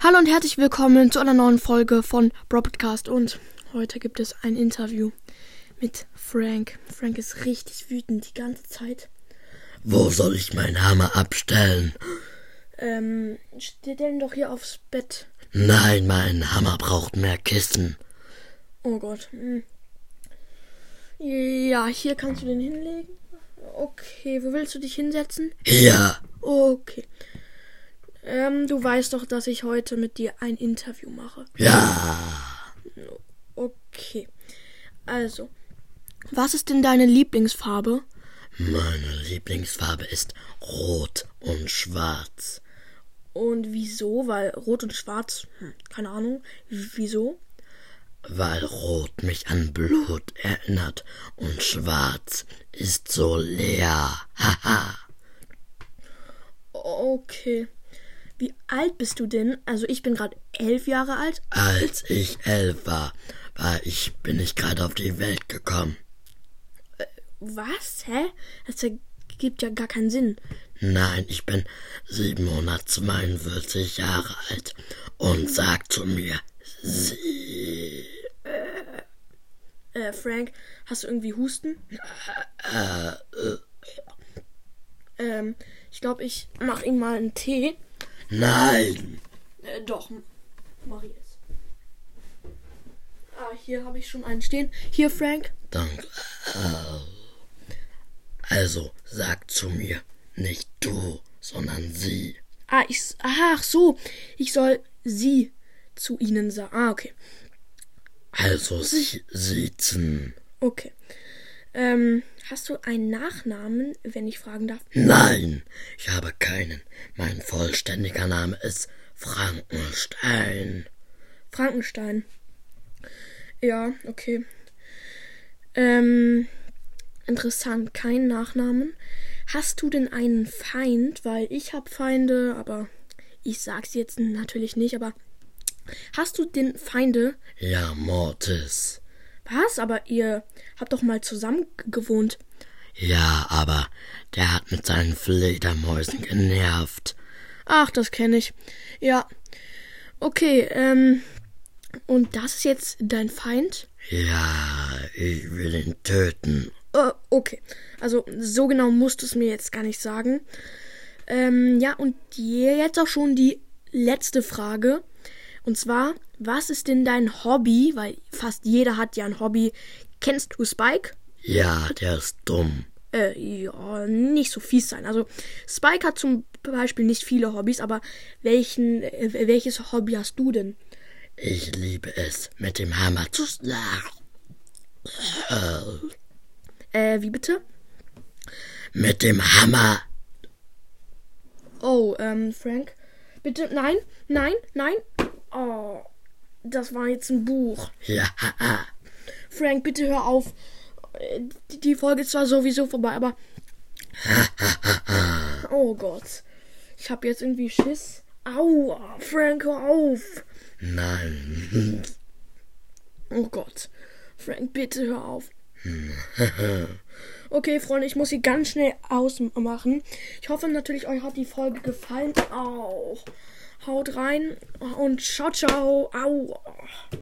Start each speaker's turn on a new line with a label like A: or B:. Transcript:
A: Hallo und herzlich willkommen zu einer neuen Folge von Broadcast und heute gibt es ein Interview mit Frank. Frank ist richtig wütend die ganze Zeit.
B: Wo soll ich meinen Hammer abstellen?
A: Ähm, steht denn doch hier aufs Bett.
B: Nein, mein Hammer braucht mehr Kissen.
A: Oh Gott. hm. Ja, hier kannst du den hinlegen. Okay, wo willst du dich hinsetzen?
B: Hier.
A: Okay. Ähm, du weißt doch, dass ich heute mit dir ein Interview mache.
B: Ja.
A: Okay. Also, was ist denn deine Lieblingsfarbe?
B: Meine Lieblingsfarbe ist rot und schwarz.
A: Und wieso? Weil rot und schwarz, hm, keine Ahnung, w- wieso?
B: Weil rot mich an Blut erinnert und schwarz ist so leer. Haha.
A: Okay. Wie alt bist du denn? Also ich bin gerade elf Jahre alt.
B: Als ich elf war, war ich, bin ich gerade auf die Welt gekommen.
A: Was? Hä? Das ergibt ja gar keinen Sinn.
B: Nein, ich bin 742 Jahre alt und sag zu mir,
A: Äh, Frank, hast du irgendwie Husten? Ähm, ich glaube, ich mach ihm mal einen Tee.
B: nein.
A: Äh, doch, m- mach ich jetzt. Ah, hier habe ich schon einen stehen. Hier, Frank.
B: Danke. äh, Also sag zu mir, nicht du, sondern sie.
A: Ah, ich. s- Ach so, ich soll sie zu ihnen sagen. Ah, okay.
B: Also sie sitzen.
A: Okay. Ähm, hast du einen Nachnamen, wenn ich fragen darf?
B: Nein, ich habe keinen. Mein vollständiger Name ist Frankenstein.
A: Frankenstein. Ja, okay. Ähm, interessant, kein Nachnamen. Hast du denn einen Feind? Weil ich habe Feinde, aber ich sag's jetzt natürlich nicht, aber hast du denn Feinde?
B: Ja, Mortis.
A: Was? Aber ihr habt doch mal zusammen g- gewohnt.
B: Ja, aber der hat mit seinen Fledermäusen genervt.
A: Ach, das kenne ich. Ja. Okay, ähm. Und das ist jetzt dein Feind?
B: Ja, ich will ihn töten.
A: Äh, okay. Also, so genau musst du es mir jetzt gar nicht sagen. Ähm, ja, und jetzt auch schon die letzte Frage. Und zwar, was ist denn dein Hobby? Weil fast jeder hat ja ein Hobby. Kennst du Spike?
B: Ja, der ist dumm.
A: Äh, ja, nicht so fies sein. Also, Spike hat zum Beispiel nicht viele Hobbys, aber welchen, äh, welches Hobby hast du denn?
B: Ich liebe es, mit dem Hammer zu schlagen.
A: Äh, wie bitte?
B: Mit dem Hammer.
A: Oh, ähm, Frank. Bitte, nein, nein, nein. Oh, das war jetzt ein Buch.
B: Ja,
A: Frank, bitte hör auf. Äh, Die die Folge ist zwar sowieso vorbei, aber. Oh Gott. Ich hab jetzt irgendwie Schiss. Aua, Frank, hör auf.
B: nein.
A: Oh Gott. Frank, bitte hör auf. Okay, Freunde, ich muss sie ganz schnell ausmachen. Ich hoffe natürlich, euch hat die Folge gefallen. Au. Haut rein und ciao, ciao. Au.